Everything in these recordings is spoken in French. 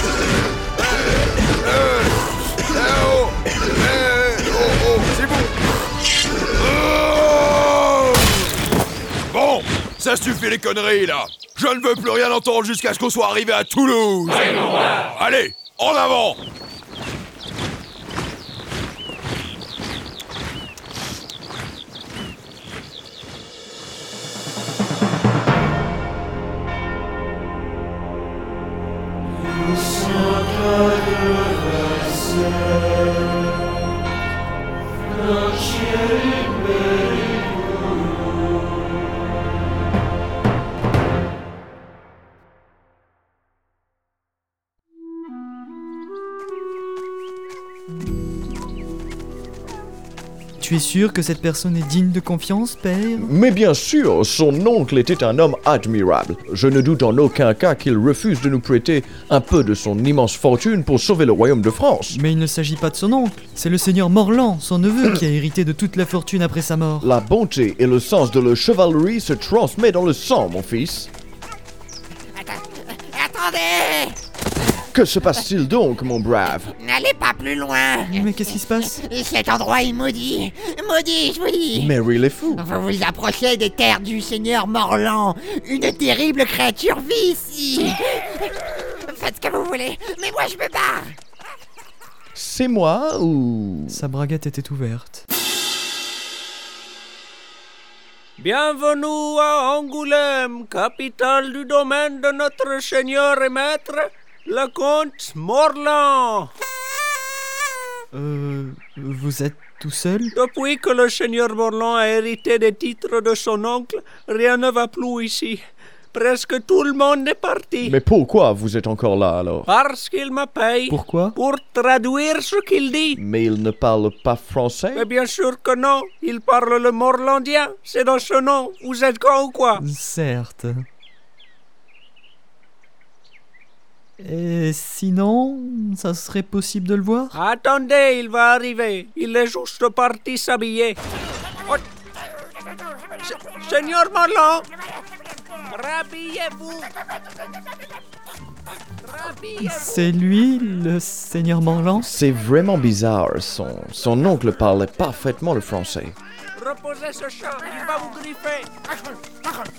Oh, Oh. Ça suffit les conneries, là Je ne veux plus rien entendre jusqu'à ce qu'on soit arrivé à Toulouse Allez, en avant Tu es sûr que cette personne est digne de confiance, père Mais bien sûr, son oncle était un homme admirable. Je ne doute en aucun cas qu'il refuse de nous prêter un peu de son immense fortune pour sauver le royaume de France. Mais il ne s'agit pas de son oncle, c'est le seigneur Morlan, son neveu, qui a hérité de toute la fortune après sa mort. La bonté et le sens de la chevalerie se transmet dans le sang, mon fils. Attends- attendez Que se passe-t-il donc, mon brave N'allez pas plus loin Mais qu'est-ce qui se passe Cet endroit est maudit Maudit, je vous dis Mary les fous. Vous vous approchez des terres du seigneur Morlan Une terrible créature vit ici Faites ce que vous voulez, mais moi je me barre C'est moi ou... Sa braguette était ouverte. Bienvenue à Angoulême, capitale du domaine de notre seigneur et maître, le comte Morlan. Euh. Vous êtes tout seul Depuis que le seigneur Morlan a hérité des titres de son oncle, rien ne va plus ici. Presque tout le monde est parti. Mais pourquoi vous êtes encore là alors Parce qu'il me paye Pourquoi pour traduire ce qu'il dit. Mais il ne parle pas français Mais bien sûr que non, il parle le morlandien, c'est dans ce nom. Vous êtes con ou quoi Certes. Et sinon, ça serait possible de le voir Attendez, il va arriver. Il est juste parti s'habiller. Oh. Se- Seigneur Morlan, rhabillez-vous. Rhabillez-vous. C'est lui, le seigneur Morlan C'est vraiment bizarre, son... son oncle parlait parfaitement le français. Reposez ce chat, il va vous griffer.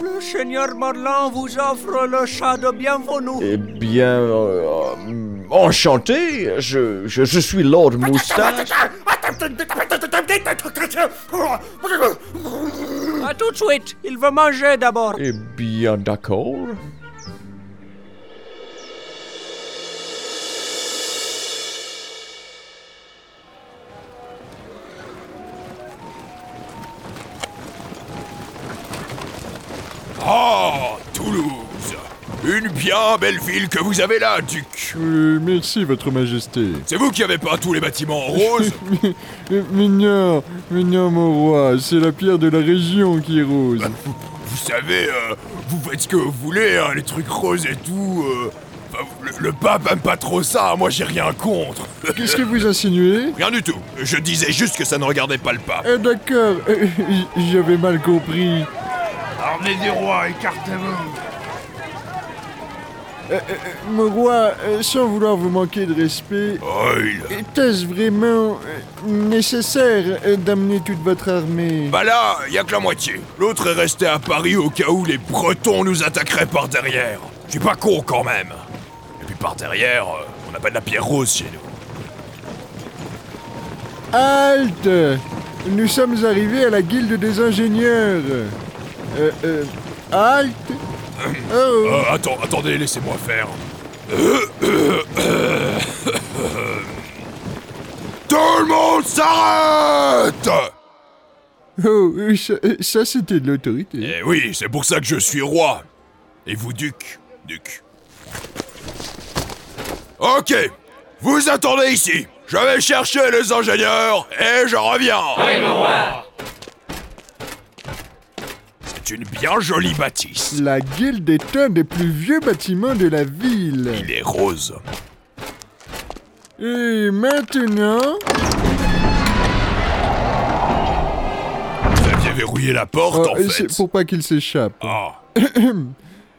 Le Seigneur Morlan vous offre le chat de bienvenue. Eh bien, euh, euh, enchanté, je, je, je suis Lord Moustache. À tout de suite, il veut manger d'abord. Eh bien, d'accord. Ah, Toulouse Une bien belle ville que vous avez là, duc Euh, merci, Votre Majesté. C'est vous qui avez pas tous les bâtiments en rose Euh, Mais non, mais non, mon roi, c'est la pierre de la région qui est rose. Bah, Vous savez, euh, vous faites ce que vous voulez, hein, les trucs roses et tout. euh, enfin, le, le pape aime pas trop ça, moi j'ai rien contre. Qu'est-ce que vous insinuez Rien du tout. Je disais juste que ça ne regardait pas le pape. Ah, d'accord, euh, j- j'avais mal compris. Armée du roi, écartez-vous. Mon roi, euh, sans vouloir vous manquer de respect, était-ce vraiment euh, nécessaire euh, d'amener toute votre armée Bah là, y a que la moitié. L'autre est resté à Paris au cas où les Bretons nous attaqueraient par derrière. Je suis pas con quand même. Et puis par derrière, euh, on appelle la pierre rose chez nous. Halte Nous sommes arrivés à la guilde des ingénieurs. Euh, euh, halte Oh Euh, attends, attendez, laissez-moi faire. Tout le monde s'arrête Oh, euh, ça, euh, ça, c'était de l'autorité. Eh oui, c'est pour ça que je suis roi. Et vous, duc Duc. Ok, vous attendez ici. Je vais chercher les ingénieurs et je reviens. C'est une bien jolie bâtisse. La guilde est un des plus vieux bâtiments de la ville. Il est rose. Et maintenant, Vous aviez verrouillé la porte, en Oh, fait. c'est pour pas qu'il s'échappe. Ah,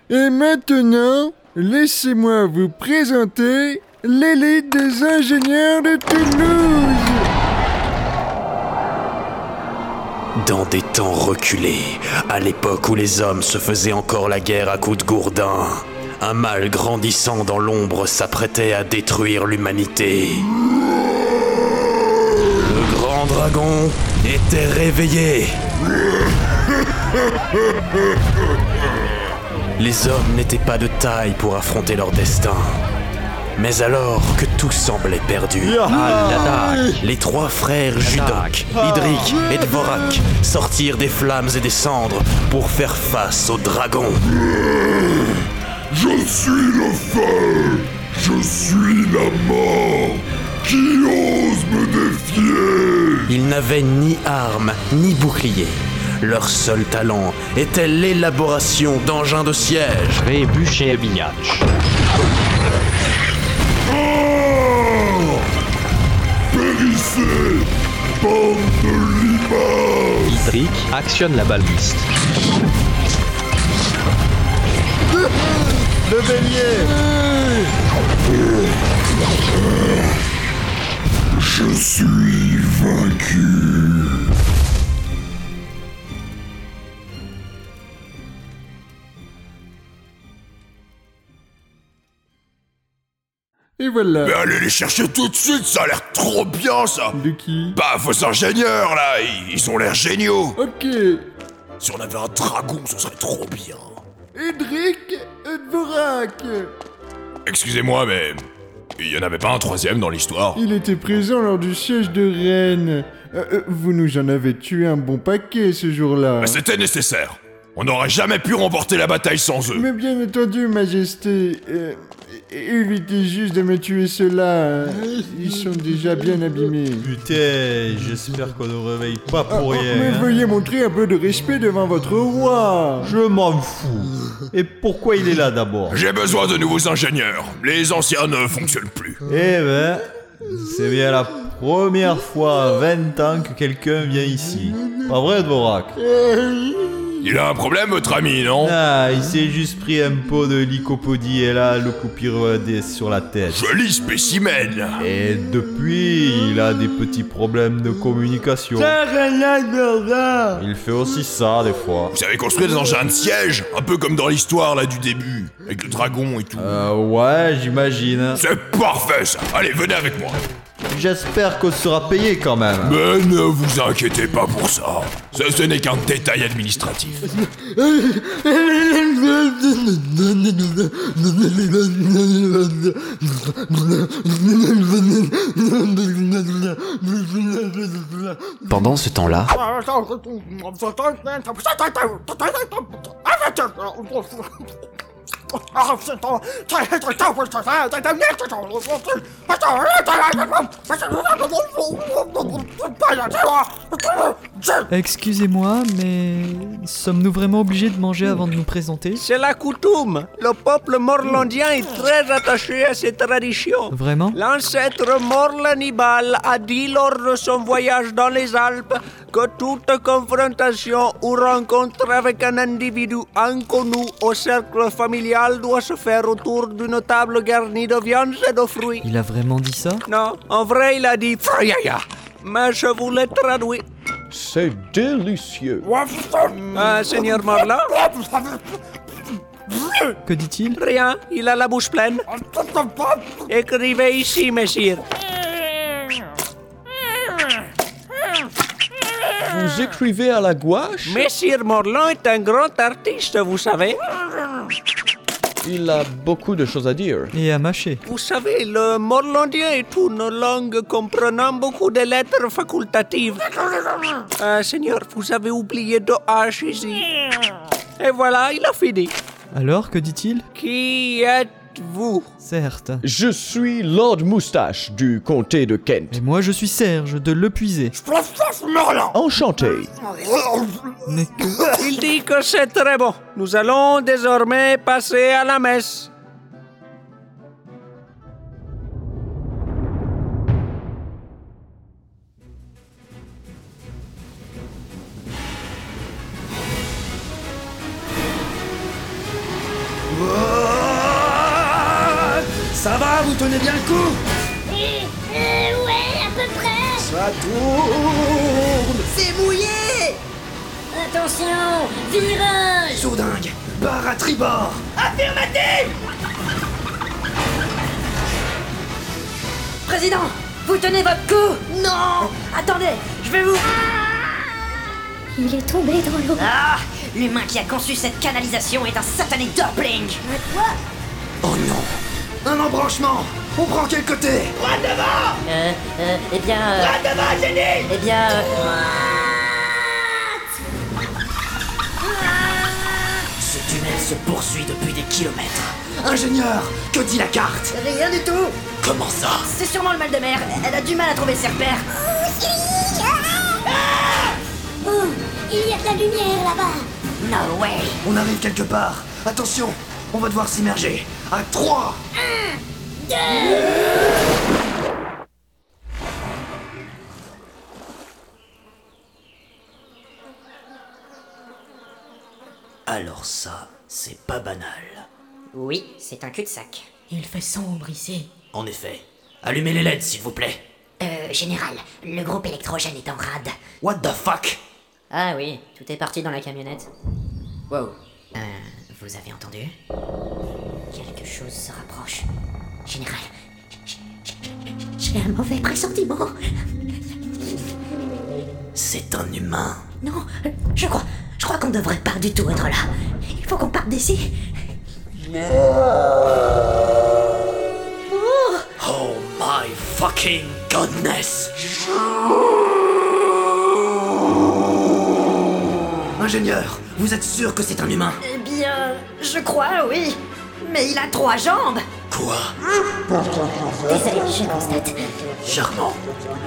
Et maintenant, laissez-moi vous présenter l'élite des ingénieurs de Toulouse. dans des temps reculés, à l'époque où les hommes se faisaient encore la guerre à coups de gourdin, un mal grandissant dans l'ombre s'apprêtait à détruire l'humanité. Le grand dragon était réveillé. Les hommes n'étaient pas de taille pour affronter leur destin. Mais alors que tout semblait perdu, Ah, les trois frères Judoc, Idric et Dvorak sortirent des flammes et des cendres pour faire face au dragon. Je suis le feu Je suis la mort Qui ose me défier Ils n'avaient ni armes, ni bouclier. Leur seul talent était l'élaboration d'engins de siège. Trébuche et biatch. Périssez Idric actionne la baliste. Le bélier Je suis vaincu Et voilà Mais allez les chercher tout de suite, ça a l'air trop bien ça De qui Bah, vos ingénieurs là, ils- ils ont l'air géniaux Ok Si on avait un dragon, ce serait trop bien Edric Dvorak Excusez-moi, mais. Il y en avait pas un troisième dans l'histoire Il était présent lors du siège de Rennes. Euh, euh, vous nous en avez tué un bon paquet ce jour-là. Mais C'était nécessaire On n'aurait jamais pu remporter la bataille sans eux Mais bien entendu, Majesté, euh, évitez juste de me tuer ceux-là. Ils sont déjà bien abîmés. Putain, j'espère qu'on ne réveille pas Ah, pour oh, mais rien. hein. veuillez montrer un peu de respect devant votre roi. Je m'en fous. Et pourquoi il est là d'abord J'ai besoin de nouveaux ingénieurs. Les anciens ne fonctionnent plus. Eh ben, c'est bien la première fois en 20 ans que quelqu'un vient ici. Pas vrai, Dvorak Il a un problème, votre ami, non Ah, il s'est juste pris un pot de lycopodie et là, le coup pirouette sur la tête. Joli spécimen Et depuis, il a des petits problèmes de communication. Il fait aussi ça des fois. Vous savez construire des engins de siège Un peu comme dans l'histoire, là, du début. Avec le dragon et tout. Euh, ouais, j'imagine. C'est parfait, ça Allez, venez avec moi J'espère qu'on sera payé quand même. Mais ne vous inquiétez pas pour ça. Ce, ce n'est qu'un détail administratif. Pendant ce temps-là, Excusez-moi, mais sommes-nous vraiment obligés de manger avant de nous présenter C'est la coutume. Le peuple morlandien est très attaché à ses traditions. Vraiment L'ancêtre Morlanibal a dit lors de son voyage dans les Alpes que toute confrontation ou rencontre avec un individu inconnu au cercle familial doit se faire autour d'une table garnie de viandes et de fruits. Il a vraiment dit ça Non, en vrai, il a dit Frayaya. Mais je vous l'ai traduit. C'est délicieux. Ah, Seigneur Morlan Que dit-il Rien, il a la bouche pleine. Écrivez ici, messire. Vous écrivez à la gouache Messire Morlan est un grand artiste, vous savez. Il a beaucoup de choses à dire. Et à mâcher. Vous savez, le morlandien est une langue comprenant beaucoup de lettres facultatives. Ah, Seigneur, vous avez oublié de H ici. Et voilà, il a fini. Alors, que dit-il Qui êtes-vous Certes. Je suis Lord Moustache du comté de Kent. Et moi, je suis Serge de Lepuisé. Enchanté. Mais Il dit que c'est très bon. Nous allons désormais passer à la messe. Ça va, vous tenez bien le coup Euh, ouais, à peu près. Ça tourne C'est mouillé Attention Virage Sourdingue Barre à tribord Affirmative Président Vous tenez votre coup Non Attendez, je vais vous... Il est tombé dans l'eau. Ah L'humain qui a conçu cette canalisation est un satané Dorpling Oh non Un embranchement On prend quel côté Droite devant Euh, euh, eh bien... Euh... Droite devant, j'ai dit Eh bien... Ce tunnel se poursuit depuis des kilomètres. Ingénieur, que dit la carte Rien du tout Comment ça C'est sûrement le mal de mer, elle a du mal à trouver ses repères. Oh, il y a de la lumière là-bas. No way On arrive quelque part. Attention, on va devoir s'immerger. À 3 Alors ça, c'est pas banal. Oui, c'est un cul-de-sac. Il fait sombre ici. En effet. Allumez les LED, s'il vous plaît. Euh, général, le groupe électrogène est en rade. What the fuck Ah oui, tout est parti dans la camionnette. Wow. Euh, vous avez entendu Quelque chose se rapproche. Général, j- j- j- j'ai un mauvais pressentiment. C'est un humain. Non, euh, je crois, je crois qu'on devrait pas du tout être là. Il faut qu'on parte d'ici. Oh Oh my fucking goodness Ingénieur, vous êtes sûr que c'est un humain Eh bien, je crois, oui. Mais il a trois jambes. Quoi Désolé, je constate. Charmant.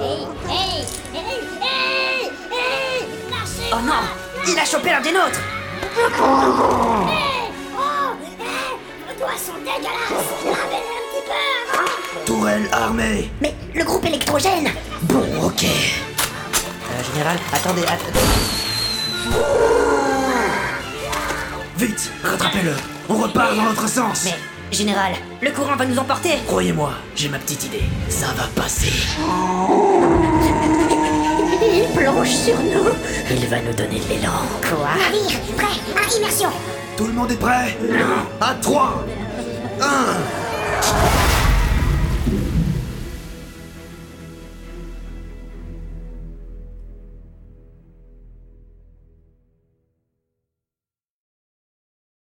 Hey, hey, hey, hey, hey Lâchez Oh non Il a chopé l'un des nôtres Hey Oh hey, Vos doigts sont dégueulasses Lavez-les un petit peu Tourelle armée Mais le groupe électrogène Bon, ok. Général, attendez, attendez. Vite, rattrapez-le On repart dans l'autre sens Mais, général, le courant va nous emporter Croyez-moi, j'ai ma petite idée. Ça va passer. Il plonge sur nous Il va nous donner de l'élan. Quoi Navire, prêt à immersion Tout le monde est prêt À 3 1